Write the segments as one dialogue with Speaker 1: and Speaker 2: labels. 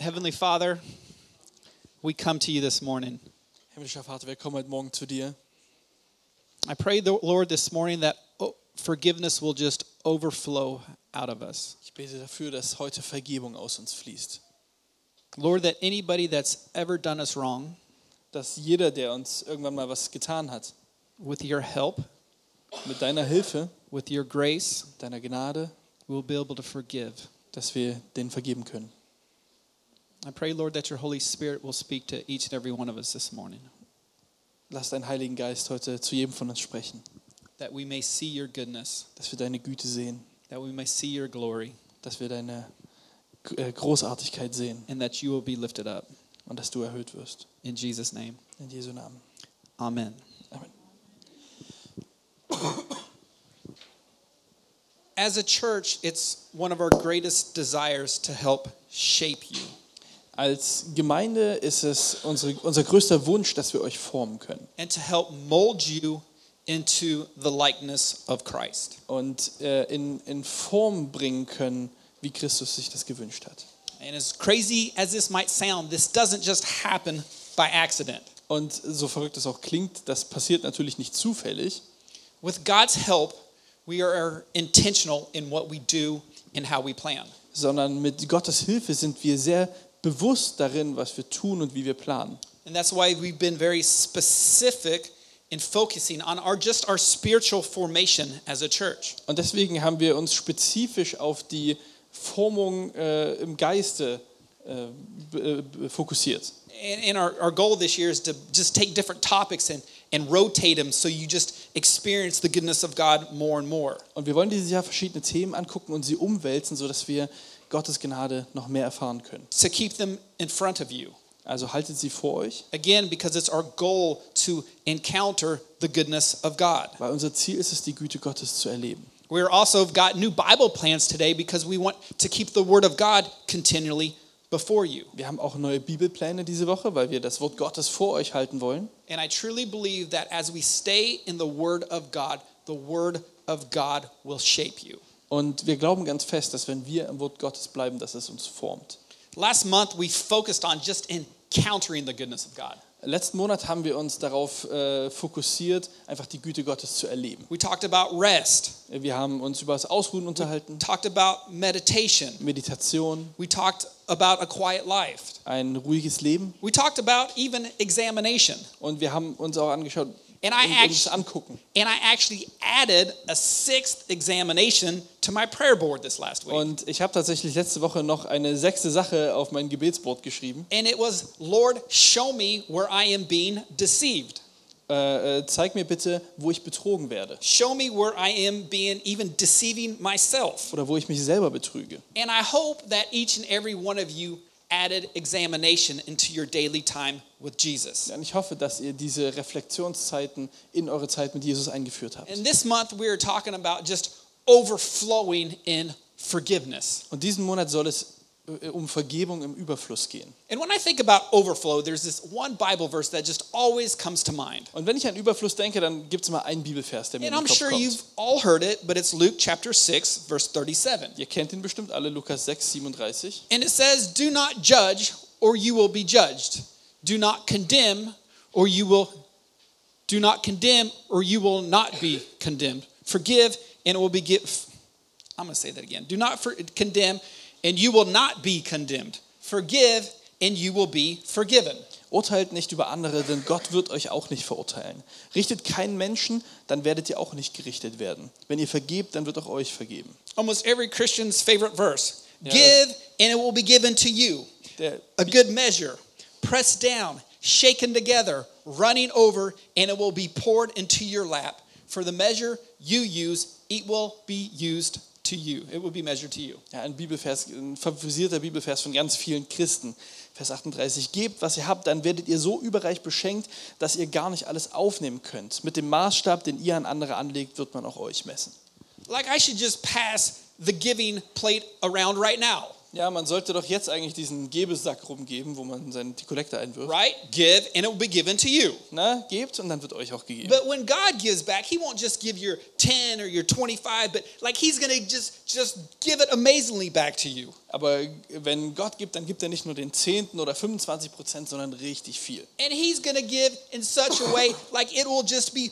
Speaker 1: Heavenly Father, we come to you this morning.
Speaker 2: Himmlischer Vater, wir kommen heute Morgen zu dir.
Speaker 1: I pray, the Lord, this morning that oh, forgiveness will just overflow out of us.
Speaker 2: Ich bete dafür, dass heute Vergebung aus uns fließt.
Speaker 1: Lord, that anybody that's ever done us wrong,
Speaker 2: Dass jeder, der uns irgendwann mal was getan hat,
Speaker 1: with your help,
Speaker 2: mit deiner Hilfe,
Speaker 1: with your grace,
Speaker 2: deiner Gnade,
Speaker 1: we'll be able to forgive.
Speaker 2: dass wir denen vergeben können.
Speaker 1: I pray, Lord, that your Holy Spirit will speak to each and every one of us this morning,
Speaker 2: Lass deinen Heiligen Geist heute zu jedem von uns sprechen,
Speaker 1: that we may see your goodness,
Speaker 2: dass wir deine Güte sehen,
Speaker 1: that we may see your glory,
Speaker 2: dass wir deine äh, Großartigkeit sehen
Speaker 1: and that you will be lifted up.
Speaker 2: und dass du erhöht wirst.
Speaker 1: In Jesus' name,
Speaker 2: In Jesu Namen.
Speaker 1: amen.
Speaker 2: Amen.
Speaker 1: As a church, it's one of our greatest desires to help shape you.
Speaker 2: Als Gemeinde ist es unsere, unser größter Wunsch, dass wir euch formen können
Speaker 1: and to help mold you into the likeness of Christ.
Speaker 2: und äh, in, in Form bringen können, wie Christus sich das gewünscht hat.
Speaker 1: And as crazy as this might sound, this doesn't just happen by accident.
Speaker 2: Und so verrückt es auch klingt, das passiert natürlich nicht zufällig.
Speaker 1: With God's help, we are intentional in what we do and how we plan.
Speaker 2: sondern mit Gottes Hilfe sind wir sehr bewusst darin, was wir tun und wie wir planen.
Speaker 1: And that's why we've been very specific in focusing on our just our spiritual formation as a church.
Speaker 2: Und deswegen haben wir uns spezifisch auf die Formung äh, im Geiste äh, b- b- fokussiert.
Speaker 1: And, and our, our goal this year is to just take different topics and, and rotate them so you just experience the goodness of God more and more.
Speaker 2: Und wir wollen dieses Jahr verschiedene Themen angucken und sie umwälzen, sodass wir Gottes Gnade noch mehr erfahren können.
Speaker 1: to keep them in front of you.
Speaker 2: Also haltet sie vor euch,
Speaker 1: Again, because it's our goal to encounter the goodness of God.
Speaker 2: weil unser Ziel ist es, die Güte Gottes zu erleben.
Speaker 1: We're also got new Bible plans today because we want to keep the Word of God continually before you.
Speaker 2: Wir haben auch neue Bibelpläne diese Woche, weil wir das Wort Gottes vor euch halten wollen.
Speaker 1: And I truly believe that as we stay in the Word of God, the Word of God will shape you.
Speaker 2: Und wir glauben ganz fest, dass wenn wir im Wort Gottes bleiben, dass es uns formt.
Speaker 1: Last month, we focused on just encountering the goodness of God.
Speaker 2: Letzten Monat haben wir uns darauf äh, fokussiert, einfach die Güte Gottes zu erleben.
Speaker 1: We talked about rest,
Speaker 2: Wir haben uns über das Ausruhen unterhalten,
Speaker 1: talked about meditation,
Speaker 2: Meditation,
Speaker 1: we talked about a quiet life,
Speaker 2: ein ruhiges Leben
Speaker 1: we talked about even examination.
Speaker 2: und wir haben uns auch angeschaut,
Speaker 1: And I
Speaker 2: und uns
Speaker 1: actu-
Speaker 2: angucken.
Speaker 1: And I actually added a sixth examination to my prayer board this last week.
Speaker 2: Und ich habe tatsächlich letzte Woche noch eine sechste Sache auf mein Gebetsboard geschrieben.
Speaker 1: and it was, Lord, show me where I am being deceived.
Speaker 2: Äh, äh, zeig mir bitte, wo ich betrogen werde
Speaker 1: Show me where I am being even deceiving myself.
Speaker 2: oder wo ich mich selber betrüge.
Speaker 1: And I hope that each and every one of you added examination into your daily time with Jesus.
Speaker 2: Und ich hoffe, dass ihr diese Reflexionszeiten in eure Zeit mit Jesus eingeführt habt.
Speaker 1: And this month we are talking about just overflowing in forgiveness.
Speaker 2: Und diesen Monat soll es äh, um Vergebung im Überfluss gehen.
Speaker 1: And when I think about overflow, there's this one Bible verse that just always comes to mind.
Speaker 2: Und wenn ich an Überfluss denke, dann gibt es mal einen Bibelvers, der mir in
Speaker 1: And
Speaker 2: den
Speaker 1: I'm
Speaker 2: Kopf
Speaker 1: sure
Speaker 2: kommt.
Speaker 1: you've all heard it, but it's Luke chapter 6, verse 37.
Speaker 2: Ihr kennt ihn bestimmt alle, Lukas 6, 37.
Speaker 1: And it says, Do not judge, or you will be judged. Do not condemn, or you will do not condemn, or you will not be condemned. Forgive, and it will be given. I'm going to say that again. Do not for, condemn, and you will not be condemned. Forgive, and you will be forgiven.
Speaker 2: Urteilt nicht über andere, denn Gott wird euch auch nicht verurteilen. Richtet keinen Menschen, dann werdet ihr auch nicht gerichtet werden. Wenn ihr vergebt, dann wird auch euch vergeben.
Speaker 1: Almost every Christian's favorite verse.
Speaker 2: Yeah.
Speaker 1: Give, and it will be given to you.
Speaker 2: Der,
Speaker 1: a good measure, pressed down, shaken together, running over, and it will be poured into your lap. For the measure you use, it will be used to you. It will be measured to you.
Speaker 2: ja, ein Bibelvers, ein favorisierter Bibelvers von ganz vielen Christen. Vers 38, gebt, was ihr habt, dann werdet ihr so überreich beschenkt, dass ihr gar nicht alles aufnehmen könnt. Mit dem Maßstab, den ihr an andere anlegt, wird man auch euch messen.
Speaker 1: Like I should just pass the giving plate around right now.
Speaker 2: Ja, man sollte doch jetzt eigentlich diesen Gebesack rumgeben, wo man seinen Kollektor einwirft.
Speaker 1: right? Give and it will be given to you.
Speaker 2: Na, gebt und dann wird euch auch gegeben.
Speaker 1: But when God gives back, he won't just give your 10 or your 25, but like he's going to just just give it amazingly back to you.
Speaker 2: Aber wenn Gott gibt, dann gibt er nicht nur den Zehnten oder 25 Prozent, sondern richtig viel.
Speaker 1: And he's going to give in such a way like it will just be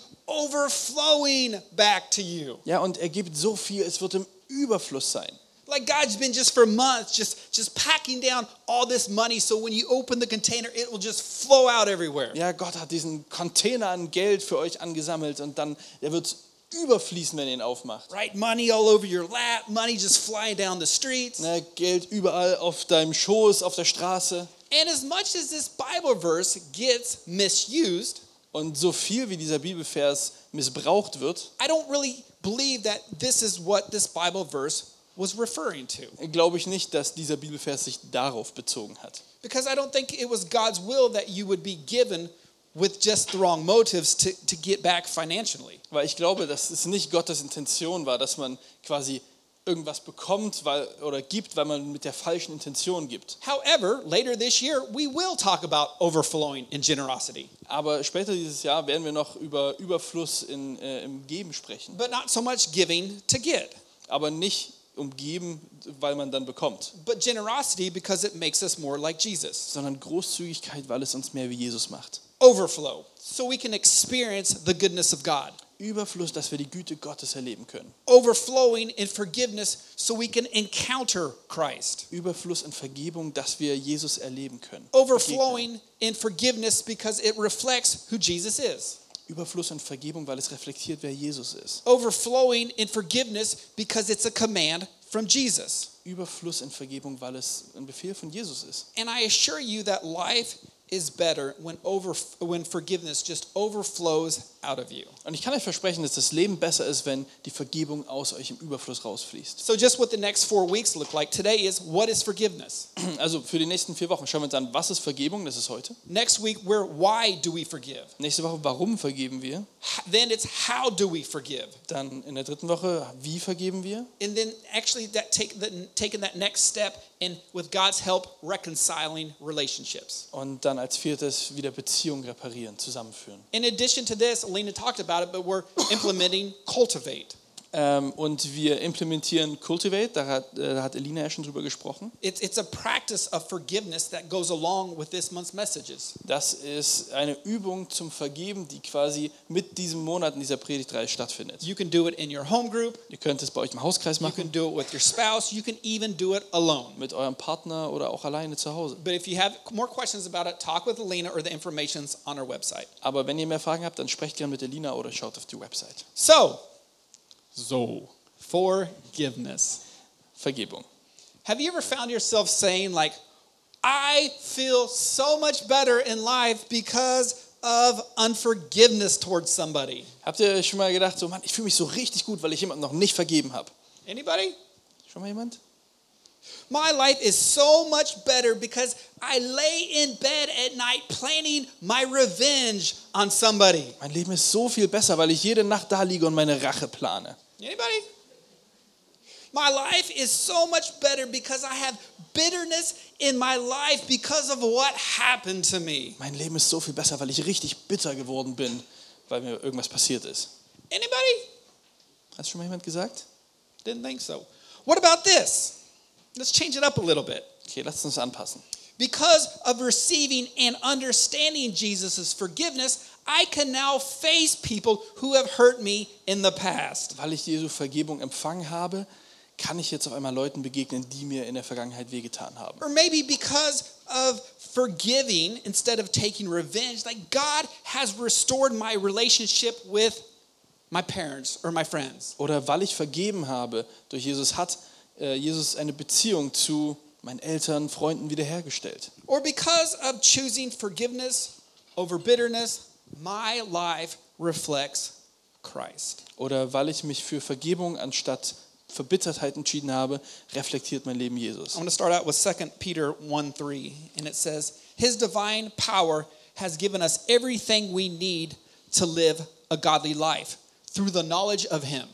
Speaker 1: overflowing back to you.
Speaker 2: Ja, und er gibt so viel, es wird im Überfluss sein.
Speaker 1: Like God's been just for months just just packing down all this money so when you open the container it will just flow out everywhere.
Speaker 2: Ja, Gott hat diesen Container an Geld für euch angesammelt und dann, er wird überfließen, wenn ihr ihn aufmacht.
Speaker 1: Right? Money all over your lap, money just flying down the streets.
Speaker 2: Ne, Geld überall auf deinem Schoß, auf der Straße.
Speaker 1: And as much as this Bible verse gets misused,
Speaker 2: Und so viel wie dieser Bibelvers missbraucht wird,
Speaker 1: I don't really believe that this is what this Bible verse was referring to
Speaker 2: glaube ich nicht, dass dieser Bibelvers sich darauf bezogen hat.
Speaker 1: because I don't think it was God's will that you would be given with just the wrong motives to, to get back financially.
Speaker 2: Weil ich glaube, dass es nicht Gottes Intention war, dass man quasi irgendwas bekommt weil, oder gibt, weil man mit der falschen Intention gibt.
Speaker 1: However, later this year, we will talk about overflowing in generosity,
Speaker 2: Aber später dieses Jahr werden wir noch über Überfluss in, äh, im Geben sprechen.
Speaker 1: but not so much giving to get,
Speaker 2: Aber nicht um Geben, weil man dann bekommt,
Speaker 1: but generosity because it makes us more like Jesus.
Speaker 2: sondern Großzügigkeit, weil es uns mehr wie Jesus macht.
Speaker 1: Overflow, so we can experience the goodness of God.
Speaker 2: Überfluss, dass wir die Güte Gottes erleben können.
Speaker 1: Overflowing in forgiveness, so we can encounter Christ.
Speaker 2: Überfluss in Vergebung, dass wir Jesus erleben können.
Speaker 1: overflowing in forgiveness because it reflects who Jesus is.
Speaker 2: Überfluss in Vergebung, weil es reflektiert, wer Jesus ist.
Speaker 1: Overflowing in forgiveness because it's a command from Jesus.
Speaker 2: Überfluss in Vergebung, weil es ein Befehl von Jesus ist.
Speaker 1: And I assure you that life is better when over when forgiveness just overflows out of you.
Speaker 2: Und ich kann euch versprechen, dass das Leben besser ist, wenn die Vergebung aus euch im Überfluss rausfließt.
Speaker 1: So just what the next 4 weeks look like today is what is forgiveness?
Speaker 2: Also für die nächsten vier Wochen schauen wir uns an, was ist Vergebung? Das ist heute.
Speaker 1: Next week we're why do we forgive?
Speaker 2: Nächste Woche, warum vergeben wir?
Speaker 1: H- Then it's how do we forgive?
Speaker 2: Dann in der dritten Woche, wie vergeben wir?
Speaker 1: And then actually that take the, taking that next step and with God's help reconciling relationships.
Speaker 2: Und dann als viertes wieder Beziehung reparieren, zusammenführen.
Speaker 1: In addition to this, Alina talked about it, but we're implementing cultivate.
Speaker 2: Ähm, und wir implementieren Cultivate, da hat, äh, da hat Elina ja schon drüber gesprochen.
Speaker 1: It's, it's a practice of forgiveness that goes along with this month's messages.
Speaker 2: Das ist eine Übung zum Vergeben, die quasi mit diesem Monat in dieser Predigtreihe stattfindet.
Speaker 1: You can do it in your home group,
Speaker 2: Ihr könnt es bei euch im Hauskreis
Speaker 1: you can
Speaker 2: machen,
Speaker 1: do it with your spouse, you can even do it alone.
Speaker 2: mit eurem Partner oder auch alleine zu Hause.
Speaker 1: But if you have more questions about it, talk with Alina or the information's on our website.
Speaker 2: Aber wenn ihr mehr Fragen habt, dann sprecht gerne mit Elina oder schaut auf die Website.
Speaker 1: So,
Speaker 2: So.
Speaker 1: forgiveness.
Speaker 2: Vergebung.
Speaker 1: Have you ever found yourself saying, like, I feel so much better in life because of unforgiveness towards somebody?
Speaker 2: Habt ihr schon mal gedacht, so Mann, ich fühle mich so richtig gut, weil ich jemandem noch nicht vergeben habe?
Speaker 1: Anybody?
Speaker 2: Schon mal jemand?
Speaker 1: My life is so much better because I lay in bed at night planning my revenge on somebody.
Speaker 2: Mein Leben ist so viel besser, weil ich jede Nacht da liege und meine Rache plane.
Speaker 1: Anybody? My life is so much better because I have bitterness in my life because of what happened to me.
Speaker 2: Mein Leben ist so viel besser, weil ich richtig bitter geworden bin, weil mir irgendwas passiert ist.
Speaker 1: Anybody?
Speaker 2: Hat schon mal jemand gesagt?
Speaker 1: Didn't think so. What about this? Let's change it up a little bit.
Speaker 2: Okay, lasst uns anpassen.
Speaker 1: Because of receiving and understanding Jesus' forgiveness, I can now face people who have hurt me in the past.
Speaker 2: Weil ich Jesu Vergebung empfangen habe, kann ich jetzt auf einmal Leuten begegnen, die mir in der Vergangenheit wehgetan haben.
Speaker 1: Or maybe because of forgiving instead of taking revenge, like God has restored my relationship with my parents or my friends.
Speaker 2: Oder weil ich vergeben habe, durch Jesus hat äh, Jesus eine Beziehung zu meinen Eltern, Freunden wiederhergestellt.
Speaker 1: Or because of choosing forgiveness over bitterness, my life reflects Christ.
Speaker 2: Oder weil ich mich für Vergebung anstatt Verbittertheit entschieden habe, reflektiert mein Leben Jesus.
Speaker 1: I want to start out with 2 Peter 1 3, and it says, His divine power has given us everything we need to live a godly life through the knowledge of Him.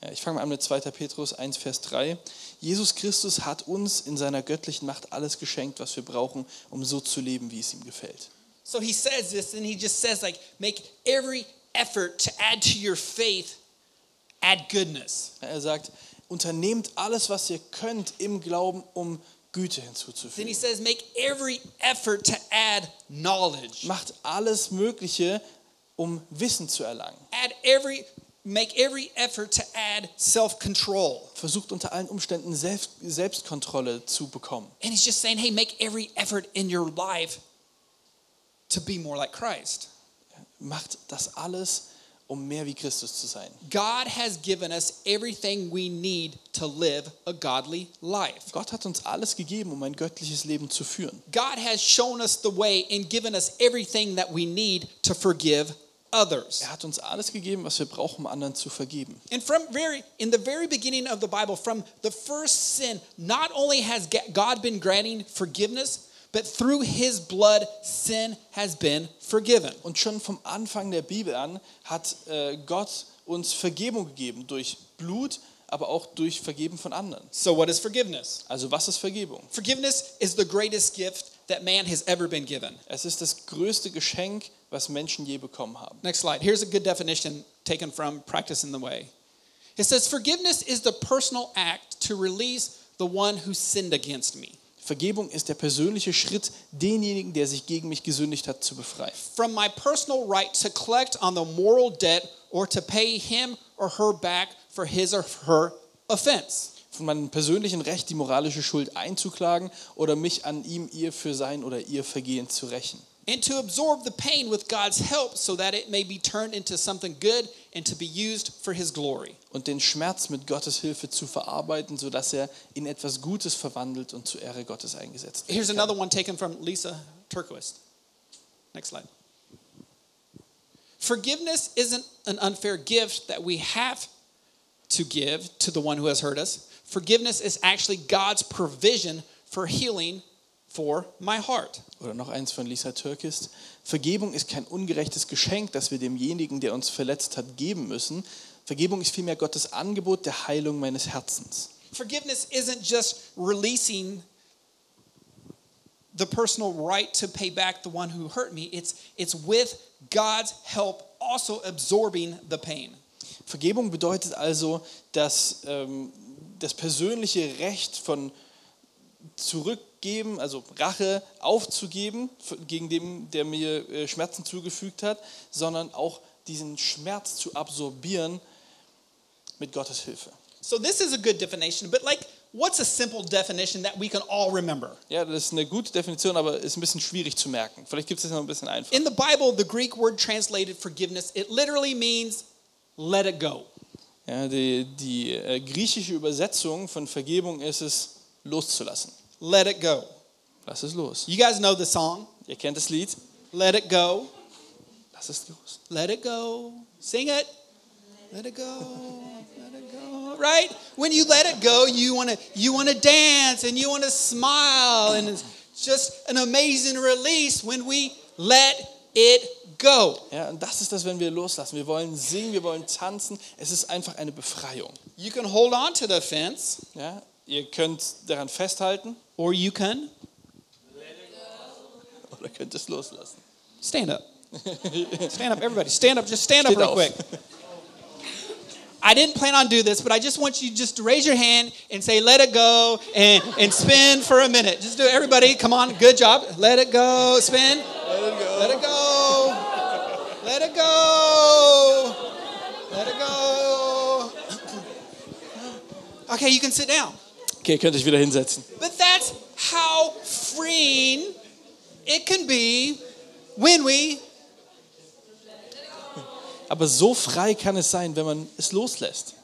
Speaker 2: Ja, Äh, Ich fange mal an mit 2. Petrus 1, Vers 3. Jesus Christus hat uns in seiner göttlichen Macht alles geschenkt, was wir brauchen, um so zu leben, wie es ihm gefällt.
Speaker 1: So he says this and he just says, like, make every effort to add to your faith, add goodness.
Speaker 2: Äh, Er sagt, unternehmt alles, was ihr könnt im Glauben, um Güte
Speaker 1: Then he
Speaker 2: hinzuzufügen.
Speaker 1: says, make every effort to add knowledge.
Speaker 2: Macht alles Mögliche, um Wissen zu erlangen.
Speaker 1: Add every make every effort to add self-control.
Speaker 2: Versucht unter allen Umständen Selbst Selbstkontrolle zu bekommen.
Speaker 1: And he's just saying, hey, make every effort in your life to be more like Christ.
Speaker 2: Macht das alles, um mehr wie Christus zu sein.
Speaker 1: God has given us everything we need to live a godly life.
Speaker 2: Gott hat uns alles gegeben, um ein göttliches Leben zu führen.
Speaker 1: God has shown us the way and given us everything that we need to forgive others.
Speaker 2: Er hat uns alles gegeben, was wir brauchen, um anderen zu vergeben.
Speaker 1: And from very in the very beginning of the Bible, from the first sin, not only has Ga- God been granting forgiveness, but through his blood sin has been forgiven.
Speaker 2: Und schon vom Anfang der Bibel an hat äh, Gott uns Vergebung gegeben durch Blut, aber auch durch Vergeben von anderen.
Speaker 1: So what is forgiveness?
Speaker 2: Also was ist Vergebung?
Speaker 1: Forgiveness is the greatest gift that man has ever been given.
Speaker 2: Es ist das größte Geschenk, was Menschen je bekommen haben.
Speaker 1: Next slide. Here's a good definition taken from Practice in the Way. It says, Forgiveness is the personal act to release the one who sinned against me
Speaker 2: Vergebung ist der persönliche Schritt, denjenigen, der sich gegen mich gesündigt hat, zu befreien.
Speaker 1: from my personal right to collect on the moral debt or to pay him or her back for his or her offense.
Speaker 2: Von meinem persönlichen Recht, die moralische Schuld einzuklagen oder mich an ihm, ihr für sein oder ihr Vergehen zu rächen.
Speaker 1: And to absorb the pain with God's help so that it may be turned into something good and to be used for his glory.
Speaker 2: Und den Schmerz mit Gottes Hilfe zu verarbeiten, sodass er in etwas Gutes verwandelt und zur Ehre Gottes eingesetzt wird.
Speaker 1: Here's another one taken from Lisa Turquist. Next slide. Forgiveness isn't an unfair gift that we have to give to the one who has hurt us. Forgiveness is actually God's provision for healing for my heart.
Speaker 2: Oder noch eins von Lisa Türkist. Vergebung ist kein ungerechtes Geschenk, das wir demjenigen, der uns verletzt hat, geben müssen. Vergebung ist vielmehr Gottes Angebot der Heilung meines Herzens.
Speaker 1: Forgiveness isn't just releasing the personal right to pay back the one who hurt me. It's it's with God's help also absorbing the pain.
Speaker 2: Vergebung bedeutet also, dass ähm, das persönliche Recht von zurückgeben, also Rache aufzugeben für- gegen den, der mir äh, Schmerzen zugefügt hat, sondern auch diesen Schmerz zu absorbieren mit Gottes Hilfe.
Speaker 1: So this is a good definition, but like what's a simple definition that we can all remember?
Speaker 2: Ja, das ist eine gute Definition, aber ist ein bisschen schwierig zu merken. Vielleicht gibt es das noch ein bisschen einfacher.
Speaker 1: In the Bible, the Greek word translated forgiveness, it literally means let it go.
Speaker 2: Ja, die die äh, griechische Übersetzung von Vergebung ist es, loszulassen.
Speaker 1: Let it go.
Speaker 2: Lass es los.
Speaker 1: You guys know the song,
Speaker 2: Ihr kennt das Lied?
Speaker 1: Let It Go.
Speaker 2: Lass es los.
Speaker 1: Let it go. Sing it. Let it go. Let it go. Right? When you let it go, you want to you want to dance and you want to smile and it's just an amazing release when we let it go.
Speaker 2: Ja, und das ist das, wenn wir loslassen. Wir wollen singen, wir wollen tanzen. Es ist einfach eine Befreiung.
Speaker 1: You can hold on to the fence.
Speaker 2: Ja, ihr könnt daran festhalten
Speaker 1: or you can
Speaker 2: oder könnt es loslassen.
Speaker 1: stand up. Stand up, everybody. Stand up. Just stand up
Speaker 2: Stand
Speaker 1: real
Speaker 2: auf.
Speaker 1: quick. I didn't plan on doing this, but I just want you just to raise your hand and say, let it go, and, and spin for a minute. Just do it. Everybody, come on. Good job. Let it go. Spin. Let it go. Let it go. Let it go. Okay, you can sit down.
Speaker 2: Okay, ihr könnt euch wieder hinsetzen.
Speaker 1: But that's how freeing it can be when we
Speaker 2: Aber so frei kann es sein, wenn man es loslässt.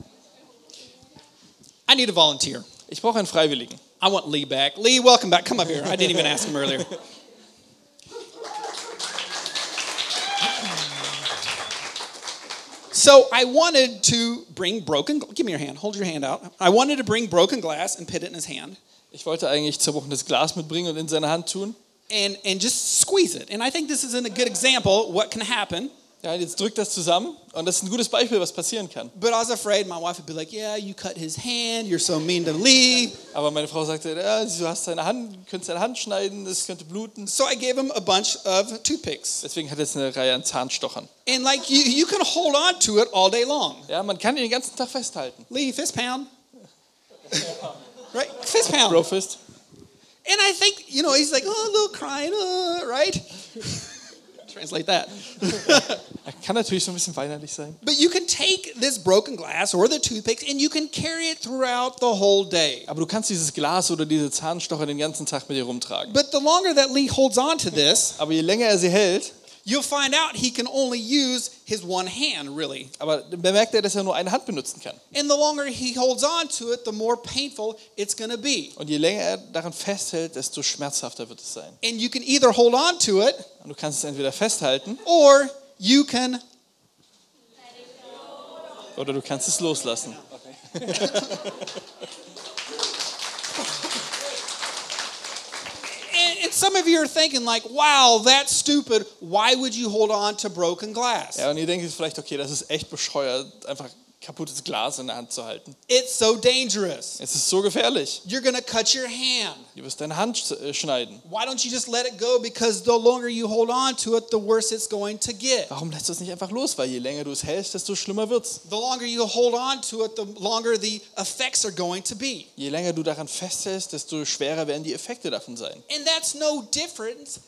Speaker 1: I need a volunteer.
Speaker 2: Ich brauche einen Freiwilligen.
Speaker 1: I want Lee back. Lee, welcome back. Come up here. I didn't even ask him earlier. So I wanted to bring broken. Give me your hand. Hold your hand out. I wanted to bring broken glass and put it in his hand,
Speaker 2: Ich wollte eigentlich zerbrochenes Glas mitbringen und in seine Hand tun
Speaker 1: and and just squeeze it. And I think this is a good example of what can happen
Speaker 2: Ja, jetzt drückt das zusammen und das ist ein gutes Beispiel, was passieren kann.
Speaker 1: But I was afraid my wife would be like, Yeah, you cut his hand. You're so mean to Lee.
Speaker 2: Aber meine Frau sagte, ja, du hast deine Hand, könntest deine Hand schneiden, es könnte bluten.
Speaker 1: So I gave him a bunch of toothpicks.
Speaker 2: Deswegen hat er jetzt eine Reihe an Zahnstochern.
Speaker 1: And like, you, you can hold on to it all day long.
Speaker 2: Ja, man kann ihn den ganzen Tag festhalten.
Speaker 1: Lee, fist pound. right? Fist pound.
Speaker 2: Brofist.
Speaker 1: And I think, you know, he's like, oh, a little crying, uh, right? Translate that.
Speaker 2: Er kann natürlich so ein bisschen weinerlich sein.
Speaker 1: But you can take this broken glass or the toothpicks and you can carry it throughout the whole day.
Speaker 2: Aber du kannst dieses Glas oder diese Zahnstocher den ganzen Tag mit dir rumtragen.
Speaker 1: But the longer that Lee holds on to this,
Speaker 2: Aber je länger er sie hält,
Speaker 1: you'll find out he can only use his one hand, really.
Speaker 2: aber dann bemerkt er, dass er nur eine Hand benutzen kann.
Speaker 1: And the longer he holds on to it, the more painful it's going to be.
Speaker 2: Und je länger er daran festhält, desto schmerzhafter wird es sein.
Speaker 1: And you can either hold on to it
Speaker 2: Und du kannst es entweder festhalten
Speaker 1: or you can
Speaker 2: oder du kannst es loslassen.
Speaker 1: And, and some of you are thinking, like, wow, that's stupid. Why would you hold on to broken glass?
Speaker 2: Ja, und ihr denkt jetzt vielleicht, okay, das ist echt bescheuert, einfach kaputtes Glas in der Hand zu halten.
Speaker 1: It's so dangerous.
Speaker 2: Es ist so gefährlich.
Speaker 1: You're going to cut your hand.
Speaker 2: Du wirst deine Hand sch- äh, schneiden.
Speaker 1: Why don't you just let it go? Because the longer you hold on to it, the worse it's going to get.
Speaker 2: Warum lässt du es nicht einfach los? Weil je länger du es hältst, desto schlimmer wird's.
Speaker 1: The longer you hold on to it, the longer the effects are going to be.
Speaker 2: Je länger du daran festhältst, desto schwerer werden die Effekte davon sein.
Speaker 1: And that's no different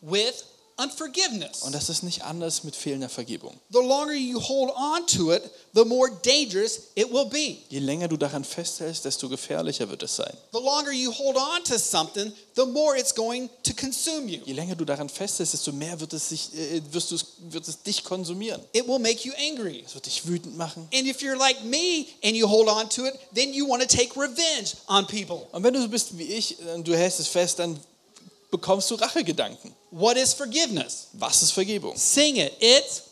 Speaker 1: with
Speaker 2: Und
Speaker 1: unforgiveness.
Speaker 2: das ist nicht anders mit fehlender Vergebung.
Speaker 1: The longer you hold on to it, the more dangerous it will be.
Speaker 2: Je länger du daran festhältst, desto gefährlicher wird es sein.
Speaker 1: The longer you hold on to something, the more it's going to consume you.
Speaker 2: Je länger du daran festhältst, desto mehr wird es, sich, äh, wirst du es, wird es dich konsumieren.
Speaker 1: It will make you angry.
Speaker 2: Es wird dich wütend machen.
Speaker 1: And if you're like me and you hold on to it, then you want to take revenge on people.
Speaker 2: Und wenn du so bist wie ich äh, und du hältst es fest, dann bekommst du Rachegedanken.
Speaker 1: What is forgiveness?
Speaker 2: Was ist Vergebung?
Speaker 1: Sing it. It's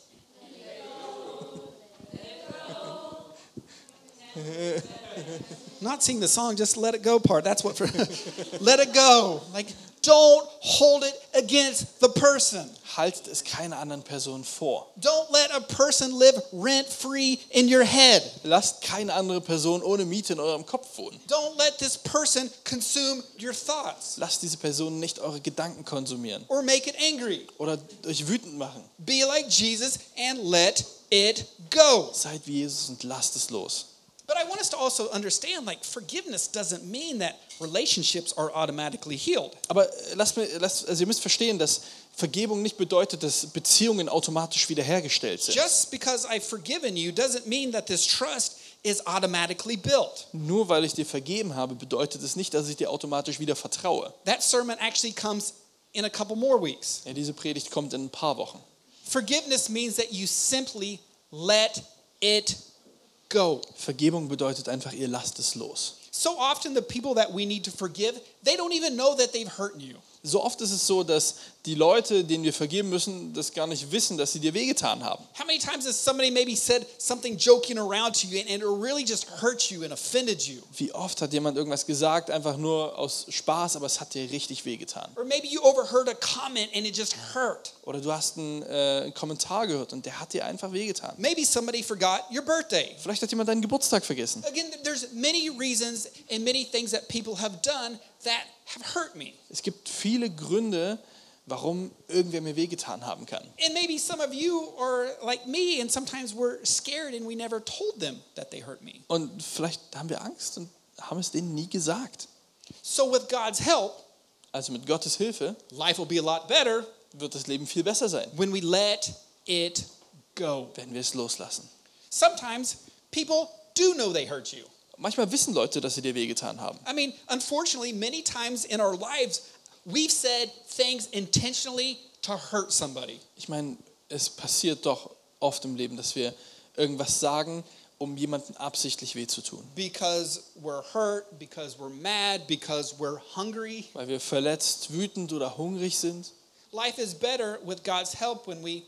Speaker 1: not sing the song, just let it go part. That's what for let it go. Like don't hold it against the person.
Speaker 2: Haltet es keiner anderen Person vor.
Speaker 1: Don't let a person live rent free in your head.
Speaker 2: Lasst keine andere Person ohne Miete in eurem Kopf wohnen.
Speaker 1: Don't let this person consume your thoughts
Speaker 2: Lasst diese Person nicht eure Gedanken konsumieren
Speaker 1: or make it angry.
Speaker 2: oder euch wütend machen.
Speaker 1: Be like Jesus and let it go.
Speaker 2: Seid wie Jesus und lasst es los.
Speaker 1: But I want us to also understand like forgiveness doesn't mean that relationships are automatically healed.
Speaker 2: Aber äh, lasst mir, lasst, also ihr müsst verstehen, dass Vergebung nicht bedeutet, dass Beziehungen automatisch wiederhergestellt sind.
Speaker 1: Just because I've forgiven you doesn't mean that this trust is automatically built.
Speaker 2: Nur weil ich dir vergeben habe, bedeutet es nicht, dass ich dir automatisch wieder vertraue.
Speaker 1: That sermon actually comes in a couple more weeks.
Speaker 2: Ja, diese Predigt kommt in ein paar Wochen.
Speaker 1: Forgiveness means that you simply let it go.
Speaker 2: Vergebung bedeutet einfach, ihr lasst es los.
Speaker 1: So often the people that we need to forgive, they don't even know that they've hurt you.
Speaker 2: So oft ist es so, dass die Leute, denen wir vergeben müssen, das gar nicht wissen, dass sie dir wehgetan haben.
Speaker 1: How many times has somebody maybe said something joking around to you and, and it really just hurt you and offended you?
Speaker 2: Wie oft hat jemand irgendwas gesagt, einfach nur aus Spaß, aber es hat dir richtig wehgetan.
Speaker 1: Or maybe you overheard a comment and it just hurt.
Speaker 2: Oder du hast einen, äh, einen Kommentar gehört und der hat dir einfach wehgetan.
Speaker 1: Maybe somebody forgot your birthday.
Speaker 2: Vielleicht hat jemand deinen Geburtstag vergessen.
Speaker 1: Again, there's many reasons and many things that people have done that have hurt me.
Speaker 2: Es gibt viele Gründe, warum irgendwer mir wehgetan haben kann.
Speaker 1: And maybe some of you are like me and sometimes we're scared and we never told them that they hurt me.
Speaker 2: Und vielleicht haben wir Angst und haben es denen nie gesagt.
Speaker 1: So with God's help,
Speaker 2: Also mit Gottes Hilfe
Speaker 1: life will be a lot better
Speaker 2: wird das Leben viel besser sein,
Speaker 1: when we let it go.
Speaker 2: wenn wir es loslassen.
Speaker 1: Sometimes people do know they hurt you.
Speaker 2: Manchmal wissen Leute, dass sie dir wehgetan haben.
Speaker 1: I mean, unfortunately, many times in our lives, we've said things intentionally to hurt somebody.
Speaker 2: Ich meine, es passiert doch oft im Leben, dass wir irgendwas sagen, um jemandem absichtlich weh zu tun.
Speaker 1: because we're hurt, because we're mad, because we're hungry.
Speaker 2: Weil wir verletzt, wütend oder hungrig sind.
Speaker 1: Life is better with God's help when we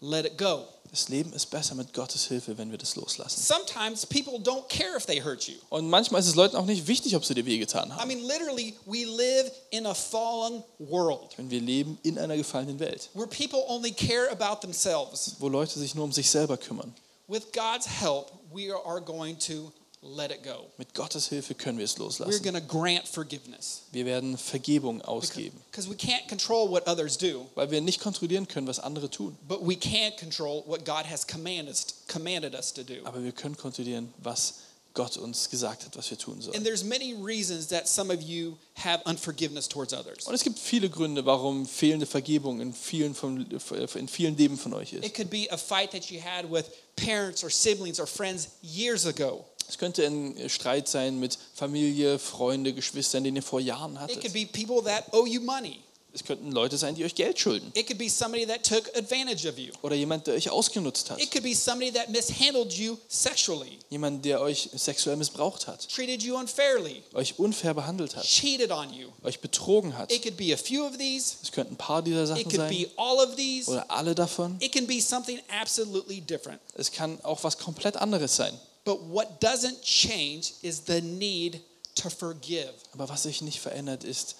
Speaker 1: let it go.
Speaker 2: Das Leben ist besser mit Gottes Hilfe, wenn wir das loslassen.
Speaker 1: Sometimes people don't care if they hurt you.
Speaker 2: Und manchmal ist es Leuten auch nicht wichtig, ob sie dir wehgetan
Speaker 1: I
Speaker 2: haben.
Speaker 1: mean, literally, we live in a fallen world
Speaker 2: Wenn wir leben in einer gefallenen Welt,
Speaker 1: where people only care about themselves.
Speaker 2: wo Leute sich nur um sich selber kümmern.
Speaker 1: With God's help, we are going to let it go.
Speaker 2: Mit Gottes Hilfe können wir es
Speaker 1: We're
Speaker 2: loslassen.
Speaker 1: going to grant forgiveness
Speaker 2: Wir werden Vergebung ausgeben,
Speaker 1: because we can't control what others do,
Speaker 2: weil wir nicht kontrollieren können, was andere tun.
Speaker 1: but we can control what God has commanded us, commanded us to do.
Speaker 2: Aber wir können kontrollieren, was Gott uns gesagt hat, was wir tun sollen.
Speaker 1: And there's many reasons that some of you have unforgiveness towards others.
Speaker 2: Und es gibt viele Gründe, warum fehlende Vergebung in vielen, von, in vielen Leben von euch ist.
Speaker 1: It could be a fight that you had with parents or siblings or friends years ago.
Speaker 2: Es könnte ein Streit sein mit Familie, Freunde, Geschwistern, den ihr vor Jahren
Speaker 1: It could
Speaker 2: hattet.
Speaker 1: be people that owe you money.
Speaker 2: Es könnten Leute sein, die euch Geld schulden.
Speaker 1: It could be somebody that took advantage of you.
Speaker 2: Oder jemand, der euch ausgenutzt hat.
Speaker 1: It could be somebody that mishandled you sexually,
Speaker 2: Jemand, der euch sexuell missbraucht hat.
Speaker 1: treated you unfairly,
Speaker 2: Euch unfair behandelt hat.
Speaker 1: cheated on you.
Speaker 2: Euch betrogen hat.
Speaker 1: It could be a few of these.
Speaker 2: Es könnten ein paar dieser
Speaker 1: It
Speaker 2: Sachen
Speaker 1: could
Speaker 2: sein.
Speaker 1: be all of these.
Speaker 2: Oder alle davon.
Speaker 1: It can be something absolutely different.
Speaker 2: Es kann auch was komplett anderes sein.
Speaker 1: But what doesn't change is the need to forgive.
Speaker 2: Aber was sich nicht verändert, ist,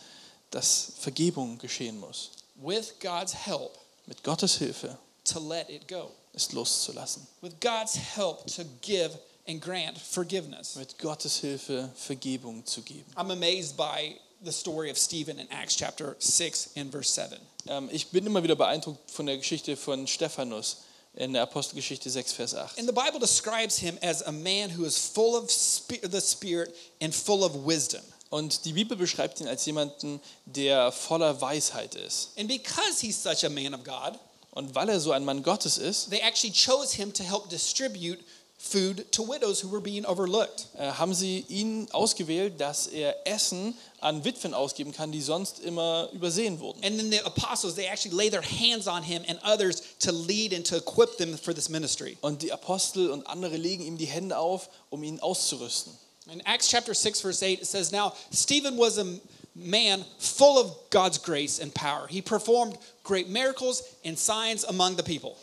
Speaker 2: dass Vergebung geschehen muss.
Speaker 1: With God's help,
Speaker 2: Mit Gottes Hilfe
Speaker 1: to let it go.
Speaker 2: es loszulassen.
Speaker 1: With God's help, to give and grant forgiveness.
Speaker 2: Mit Gottes Hilfe Vergebung zu geben.
Speaker 1: I'm amazed by the story of Stephen in Acts chapter 6 and verse 7.
Speaker 2: Ähm, ich bin immer wieder beeindruckt von der Geschichte von Stephanus in der Apostelgeschichte 6, Vers 8.
Speaker 1: And the Bible describes him as a man who is full of spi- the Spirit and full of wisdom.
Speaker 2: Und die Bibel beschreibt ihn als jemanden, der voller Weisheit ist.
Speaker 1: And because he's such a man of God,
Speaker 2: Und weil er so ein Mann Gottes ist,
Speaker 1: they actually chose him to help distribute food to widows who were being overlooked.
Speaker 2: äh, haben sie ihn ausgewählt, dass er Essen an Witwen ausgeben kann, die sonst immer übersehen wurden.
Speaker 1: And then the apostles, they actually lay their hands on him and others to lead and to equip them for this ministry.
Speaker 2: Und die Apostel und andere legen ihm die Hände auf, um ihn auszurüsten.
Speaker 1: In Acts chapter 6, verse 8, it says, Now Stephen was a man full of God's grace and power. He performed great miracles and signs among the people.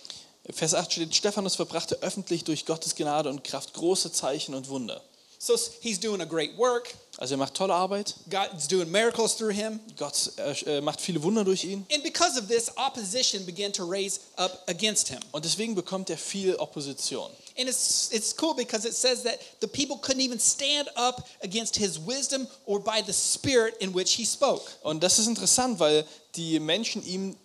Speaker 2: Vers 8 steht, Stephanus verbrachte öffentlich durch Gottes Gnade und Kraft große Zeichen und Wunder.
Speaker 1: So he's doing a great work.
Speaker 2: Also er macht tolle Arbeit,
Speaker 1: God's doing miracles through him.
Speaker 2: Gott äh, macht viele Wunder durch ihn
Speaker 1: And because of this, opposition began to raise up against him.
Speaker 2: und deswegen bekommt er viel Opposition.
Speaker 1: And it's, it's cool because it says that the people couldn't even stand up against his wisdom or by the spirit in which he spoke.
Speaker 2: Und das ist interessant, weil die Menschen ihm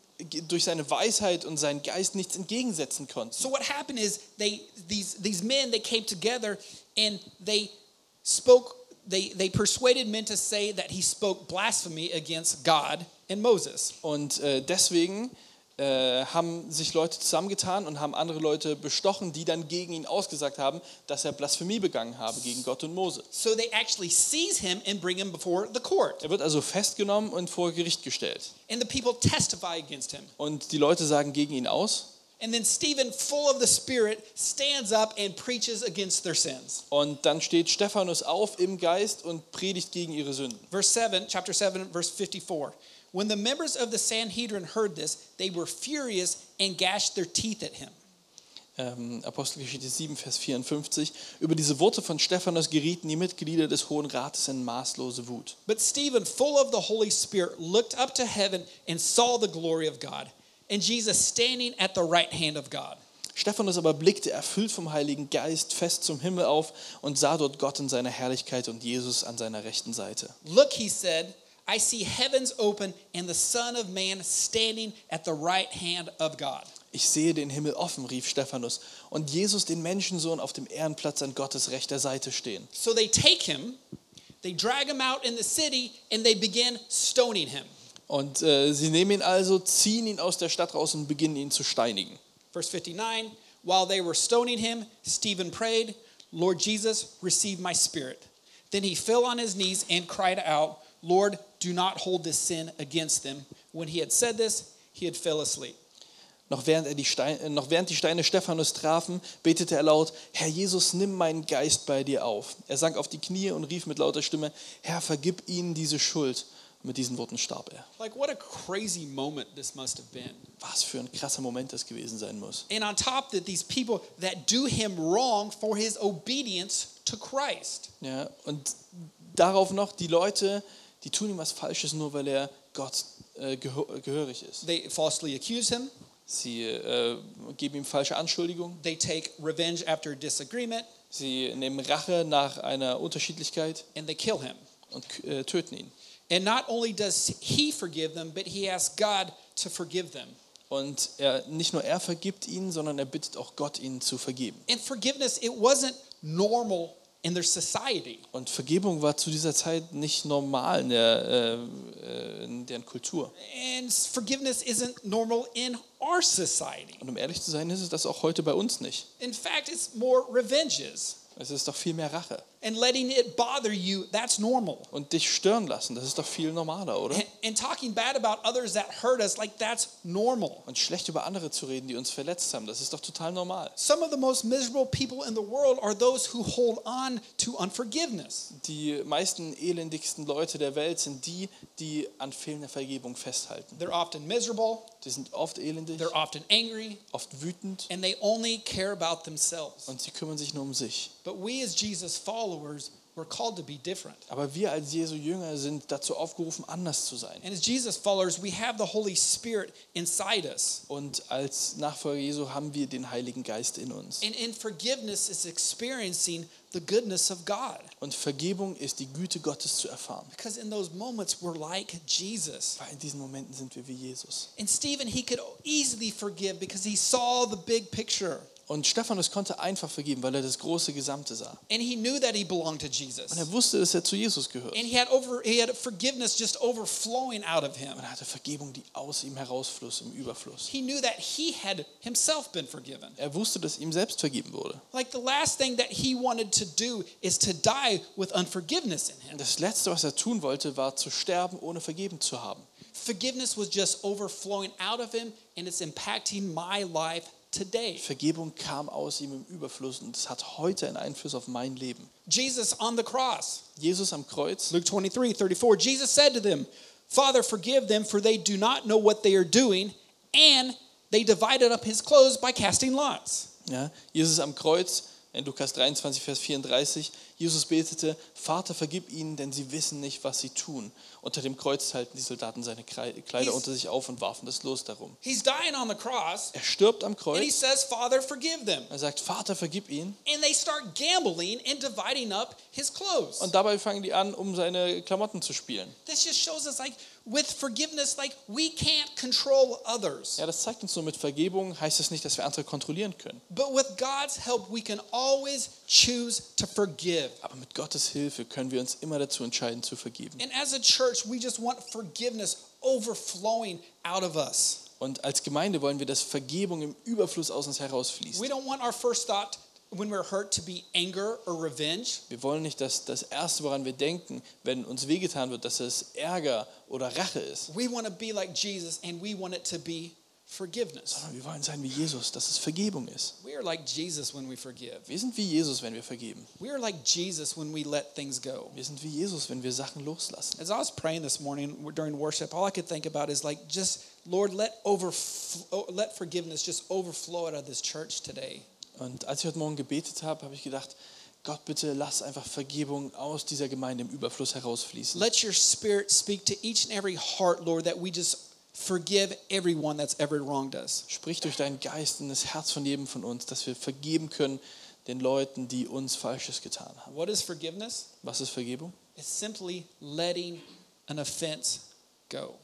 Speaker 2: durch seine Weisheit und seinen Geist nichts entgegensetzen konnten.
Speaker 1: So what happened is they these these men they came together and they spoke they they persuaded men to say that he spoke blasphemy against God and Moses.
Speaker 2: Und äh, deswegen äh, haben sich Leute zusammengetan und haben andere Leute bestochen, die dann gegen ihn ausgesagt haben, dass er Blasphemie begangen habe gegen Gott und Mose.
Speaker 1: So they actually seize him and bring him before the court.
Speaker 2: Er wird also festgenommen und vor Gericht gestellt.
Speaker 1: And the people testify against him.
Speaker 2: Und die Leute sagen gegen ihn aus.
Speaker 1: And then Stephen, full of the Spirit, stands up and preaches against their sins.
Speaker 2: Und dann steht Stephanus auf im Geist und predigt gegen ihre Sünden.
Speaker 1: Verse 7, chapter 7, verse 54. When the members of the Sanhedrin heard this, they were furious and gashed their teeth at him.
Speaker 2: Ähm, Apostelgeschichte 7, Vers 54. Über diese Worte von Stephanus gerieten die Mitglieder des Hohen Rates in maßlose Wut.
Speaker 1: But Stephen, full of the Holy Spirit, looked up to heaven and saw the glory of God and Jesus standing at the right hand of God.
Speaker 2: Stephanus aber blickte erfüllt vom Heiligen Geist fest zum Himmel auf und sah dort Gott in seiner Herrlichkeit und Jesus an seiner rechten Seite.
Speaker 1: Look, he said, I see heavens open and the Son of Man standing at the right hand of God.
Speaker 2: Ich sehe den Himmel offen, rief Stephanus, und Jesus, den Menschensohn, auf dem Ehrenplatz an Gottes rechter Seite stehen.
Speaker 1: So they take him, they drag him out in the city, and they begin stoning him.
Speaker 2: Und äh, sie nehmen ihn also, ziehen ihn aus der Stadt raus und beginnen ihn zu steinigen.
Speaker 1: Verse 59 While they were stoning him, Stephen prayed, Lord Jesus, receive my spirit. Then he fell on his knees and cried out, Lord, do not hold this sin against them. When he had said this, he had fell asleep.
Speaker 2: Noch während, er die Steine, noch während die Steine Stephanus trafen, betete er laut, Herr Jesus, nimm meinen Geist bei dir auf. Er sank auf die Knie und rief mit lauter Stimme, Herr, vergib ihnen diese Schuld, Mit diesen Worten starb er.
Speaker 1: Like, what a crazy moment this must have been.
Speaker 2: Was für ein krasser Moment das gewesen sein muss.
Speaker 1: And on top that, these people that do him wrong for his obedience to Christ.
Speaker 2: Ja, und darauf noch die Leute, die tun ihm was Falsches, nur weil er Gott äh, gehö gehörig ist.
Speaker 1: They falsely accuse him.
Speaker 2: Sie äh, geben ihm falsche Anschuldigungen.
Speaker 1: They take revenge after disagreement,
Speaker 2: Sie nehmen Rache nach einer Unterschiedlichkeit
Speaker 1: and they kill him.
Speaker 2: und k- äh, töten ihn.
Speaker 1: And not only does he forgive them, but he asks God to forgive them.
Speaker 2: Und er, nicht nur er vergibt ihnen, sondern er bittet auch Gott, ihnen zu vergeben.
Speaker 1: And forgiveness, it wasn't normal in their society.
Speaker 2: Und Vergebung war zu dieser Zeit nicht normal in, der, äh, äh, in deren Kultur.
Speaker 1: And forgiveness isn't normal in our society.
Speaker 2: Und um ehrlich zu sein, ist es das auch heute bei uns nicht.
Speaker 1: In fact, it's more revenges.
Speaker 2: Es ist doch viel mehr Rache.
Speaker 1: And letting it bother you, that's normal.
Speaker 2: Und dich stören lassen, das ist doch viel normaler, oder?
Speaker 1: And, and talking bad about others that hurt us, like that's normal.
Speaker 2: Und schlecht über andere zu reden, die uns verletzt haben, das ist doch total normal.
Speaker 1: Some of the most miserable people in the world are those who hold on to unforgiveness.
Speaker 2: Die meisten elendigsten Leute der Welt sind die, die an fehlender Vergebung festhalten.
Speaker 1: They're often miserable,
Speaker 2: Die sind oft elendig,
Speaker 1: they're often angry,
Speaker 2: oft wütend
Speaker 1: and they only care about themselves.
Speaker 2: und sie kümmern sich nur um sich.
Speaker 1: But we, as Jesus followers, were called to be different.
Speaker 2: Aber wir als Jesu Jünger sind dazu aufgerufen, anders zu sein.
Speaker 1: And as Jesus followers, we have the Holy Spirit inside us.
Speaker 2: Und als Nachfolger Jesu haben wir den Heiligen Geist in uns.
Speaker 1: And in forgiveness is experiencing the goodness of God.
Speaker 2: Und Vergebung ist die Güte Gottes zu erfahren.
Speaker 1: Because in those moments, we're like Jesus.
Speaker 2: Weil in diesen Momenten sind wir wie Jesus.
Speaker 1: And Stephen, he could easily forgive because he saw the big picture.
Speaker 2: Und Stephanus konnte einfach vergeben, weil er das große Gesamte sah.
Speaker 1: And he knew that he belonged to
Speaker 2: Und
Speaker 1: Jesus.
Speaker 2: er wusste, dass er zu Jesus gehört.
Speaker 1: And he had over he had forgiveness just overflowing out of him.
Speaker 2: Und er hatte Vergebung, die aus ihm herausfloss, im Überfluss.
Speaker 1: He knew that he had himself been forgiven.
Speaker 2: Er wusste, dass ihm selbst vergeben wurde.
Speaker 1: Like the last thing that he wanted to do is to die with unforgiveness in him.
Speaker 2: Und das Letzte, was er tun wollte, war zu sterben, ohne vergeben zu haben.
Speaker 1: Forgiveness was just overflowing out of him, and it's impacting my life today.
Speaker 2: Vergebung kam aus ihm im Überfluss und es hat heute einen Einfluss auf mein Leben.
Speaker 1: Jesus on the cross,
Speaker 2: Jesus am Kreuz,
Speaker 1: Luke 23 34, Jesus said to them, Father, forgive them, for they do not know what they are doing. And they divided up his clothes by casting lots.
Speaker 2: ja, Jesus am Kreuz, in Lukas 23, Vers 34, Jesus betete, Vater, vergib ihnen, denn sie wissen nicht, was sie tun. Unter dem Kreuz teilten die Soldaten seine Krei- Kleider
Speaker 1: Dies-
Speaker 2: unter sich auf und warfen das Los darum.
Speaker 1: He's dying on the cross,
Speaker 2: Er stirbt am
Speaker 1: and he
Speaker 2: Kreuz,
Speaker 1: says, Father, forgive them.
Speaker 2: er sagt, Vater, vergib ihnen.
Speaker 1: And they start gambling and dividing up his clothes.
Speaker 2: Und dabei fangen die an, um seine Klamotten zu spielen.
Speaker 1: This just shows us, like, with forgiveness, like, we can't control others.
Speaker 2: Ja, das zeigt uns nur, mit Vergebung heißt es nicht, dass wir andere kontrollieren können.
Speaker 1: But with God's help, we can always choose to forgive.
Speaker 2: Aber mit Gottes Hilfe können wir uns immer dazu entscheiden, zu vergeben.
Speaker 1: And as a church, we just want forgiveness overflowing out of us.
Speaker 2: Und als Gemeinde wollen wir, dass Vergebung im Überfluss aus uns herausfließt.
Speaker 1: We don't want our first thought when we're hurt to be anger or revenge.
Speaker 2: Wir wollen nicht, dass das Erste, woran wir denken, wenn uns wehgetan wird, dass es Ärger oder Rache ist.
Speaker 1: We want to be like Jesus and we want it to be forgiveness.
Speaker 2: Sondern wir wollen sein wie Jesus, dass es Vergebung ist.
Speaker 1: We are like Jesus when we forgive.
Speaker 2: Wir sind wie Jesus, wenn wir vergeben.
Speaker 1: We are like Jesus when we let things go.
Speaker 2: Wir sind wie Jesus, wenn wir Sachen loslassen.
Speaker 1: As I was praying this morning during worship, all I could think about is like just Lord, let overflow, let forgiveness just overflow out of this church today.
Speaker 2: Und als ich heute Morgen gebetet habe, habe ich gedacht, Gott, bitte lass einfach Vergebung aus dieser Gemeinde im Überfluss herausfließen.
Speaker 1: Let your spirit speak to each and every heart, Lord, that we just forgive everyone that's ever wronged us.
Speaker 2: Sprich durch deinen Geist in das Herz von jedem von uns, dass wir vergeben können den Leuten, die uns Falsches getan haben.
Speaker 1: What is forgiveness?
Speaker 2: Was ist Vergebung?
Speaker 1: It's simply letting an offense go.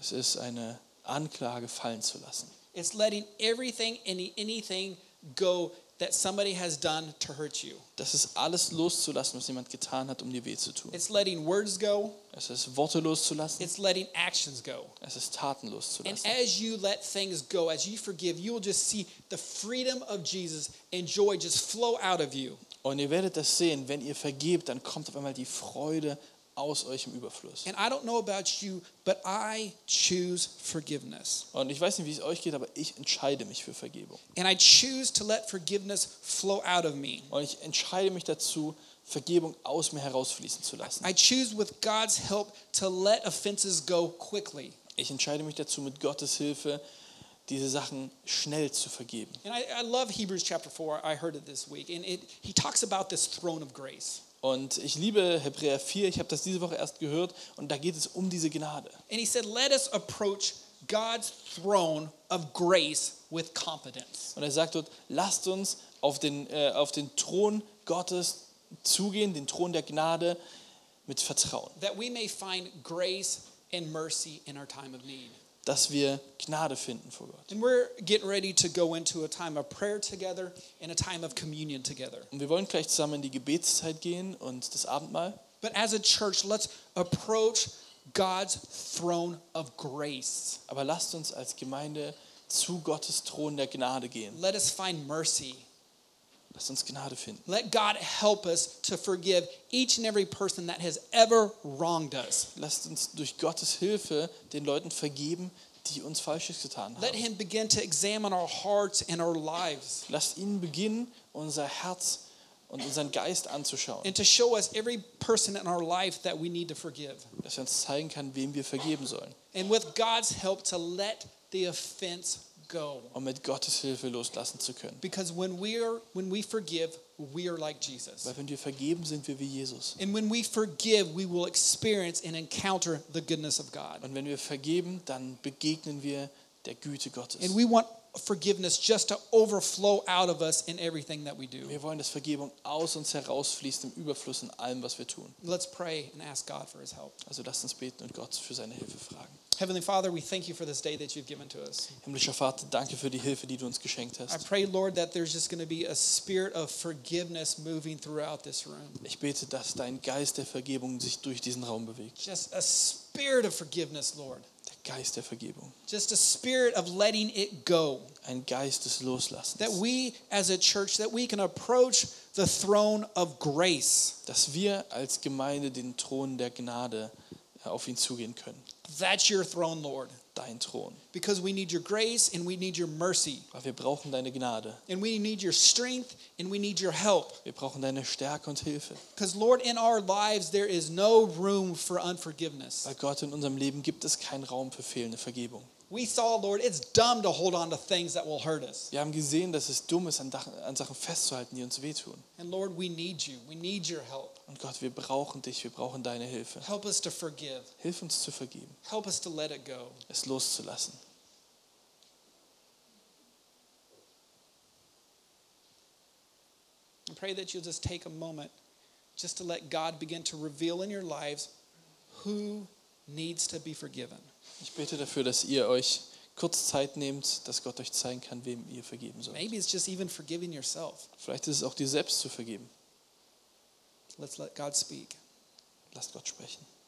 Speaker 2: Es ist eine Anklage fallen zu lassen.
Speaker 1: It's letting everything and anything go that somebody has done to hurt you.
Speaker 2: Das ist alles loszulassen, was jemand getan hat, um dir weh zu tun.
Speaker 1: It's letting words go.
Speaker 2: Es ist Worte loszulassen.
Speaker 1: It's letting actions go.
Speaker 2: Es ist Taten
Speaker 1: And
Speaker 2: loszulassen.
Speaker 1: as you let things go, as you forgive, you will just see the freedom of Jesus and joy just flow out of you.
Speaker 2: Und ihr werdet das sehen, wenn ihr vergebt, dann kommt auf einmal die Freude aus euch im Überfluss.
Speaker 1: And I don't know about you, but I choose forgiveness.
Speaker 2: Und ich weiß nicht, wie es euch geht, aber ich entscheide mich für Vergebung.
Speaker 1: And I choose to let forgiveness flow out of me.
Speaker 2: Und ich entscheide mich dazu, Vergebung aus mir herausfließen zu lassen.
Speaker 1: I choose with God's help to let offenses go quickly.
Speaker 2: Ich entscheide mich dazu, mit Gottes Hilfe diese Sachen schnell zu vergeben.
Speaker 1: And I, I love Hebrews chapter 4. I heard it this week. And it, he talks about this throne of grace.
Speaker 2: Und ich liebe Hebräer 4, ich habe das diese Woche erst gehört und da geht es um diese Gnade.
Speaker 1: And he said, Let us approach God's throne of grace with confidence.
Speaker 2: Und er sagt dort, lasst uns auf den, äh, auf den Thron Gottes zugehen, den Thron der Gnade mit Vertrauen,
Speaker 1: that we may find grace and mercy in our time of need.
Speaker 2: dass wir Gnade finden vor Gott.
Speaker 1: And we're getting ready to go into a time of prayer together and a time of communion together.
Speaker 2: Und wir wollen gleich zusammen in die Gebetszeit gehen und das Abendmahl.
Speaker 1: But as a church, let's approach God's throne of grace.
Speaker 2: Aber lasst uns als Gemeinde zu Gottes Thron der Gnade gehen.
Speaker 1: Let us find mercy.
Speaker 2: Lasst uns Gnade finden.
Speaker 1: Let God help us to forgive each and every person that has ever wronged us.
Speaker 2: Lasst uns durch Gottes Hilfe den Leuten vergeben, die uns Falsches getan
Speaker 1: Let
Speaker 2: haben.
Speaker 1: Him begin to examine our hearts and our lives
Speaker 2: Lasst ihn beginnen, unser Herz und unseren Geist anzuschauen,
Speaker 1: and to show us every person in our life that we need to forgive.
Speaker 2: dass er uns zeigen kann, wem wir vergeben sollen.
Speaker 1: And with God's help, to let the offense go.
Speaker 2: um mit Gottes Hilfe loslassen zu können.
Speaker 1: Because when we are when we forgive, we are like Jesus.
Speaker 2: Weil wenn wir vergeben, sind wir wie Jesus.
Speaker 1: And when we forgive, we will experience and encounter the goodness of God.
Speaker 2: Und wenn wir vergeben, dann begegnen wir der Güte
Speaker 1: And
Speaker 2: Gottes.
Speaker 1: we want forgiveness just to overflow out of us in everything that we do.
Speaker 2: Wir wollen, dass Vergebung aus uns herausfließt im Überfluss in allem, was wir tun.
Speaker 1: Let's pray and ask God for his help.
Speaker 2: Also lasst uns beten und Gott für seine Hilfe fragen.
Speaker 1: Heavenly Father, we thank you for this day that you've given to us.
Speaker 2: Himmlischer Vater, danke für die Hilfe, die du uns geschenkt
Speaker 1: I
Speaker 2: hast.
Speaker 1: pray, Lord, that there's just going to be a spirit of forgiveness moving throughout this room.
Speaker 2: Ich bete, dass dein Geist der Vergebung sich durch diesen Raum bewegt.
Speaker 1: Just a spirit of forgiveness, Lord.
Speaker 2: Der Geist der Vergebung.
Speaker 1: Just a spirit of letting it go.
Speaker 2: Ein Geist des
Speaker 1: That
Speaker 2: Loslassens.
Speaker 1: we as a church that we can approach the throne of grace.
Speaker 2: Dass wir als Gemeinde den Thron der Gnade äh, auf ihn zugehen können.
Speaker 1: That's your throne, Lord,
Speaker 2: Dein Thron.
Speaker 1: because we need your grace and we need your mercy
Speaker 2: Weil wir brauchen deine Gnade.
Speaker 1: and we need your strength and we need your help.
Speaker 2: Wir brauchen deine Stärke und Hilfe.
Speaker 1: Because, Lord, in our lives, there is no room for unforgiveness.
Speaker 2: Weil Gott in unserem Leben gibt es keinen Raum für fehlende Vergebung.
Speaker 1: We saw, Lord, it's dumb to hold on to things that will hurt us.
Speaker 2: Wir haben gesehen, dass es dumm ist, an, Dach- an Sachen festzuhalten, die uns wehtun.
Speaker 1: And, Lord, we need you. We need your help.
Speaker 2: Und Gott, wir brauchen dich, wir brauchen deine Hilfe.
Speaker 1: Help us to forgive.
Speaker 2: Hilf uns zu vergeben,
Speaker 1: Help us to let it go.
Speaker 2: es loszulassen.
Speaker 1: I pray that you'll just take a moment just to let God begin to reveal in your lives who needs to be forgiven.
Speaker 2: Ich bete dafür, dass ihr euch kurz Zeit nehmt, dass Gott euch zeigen kann, wem ihr vergeben sollt.
Speaker 1: Maybe it's just even forgiving yourself.
Speaker 2: Vielleicht ist es auch dir selbst zu vergeben.
Speaker 1: Let's let God speak.
Speaker 2: Lasst Gott sprechen.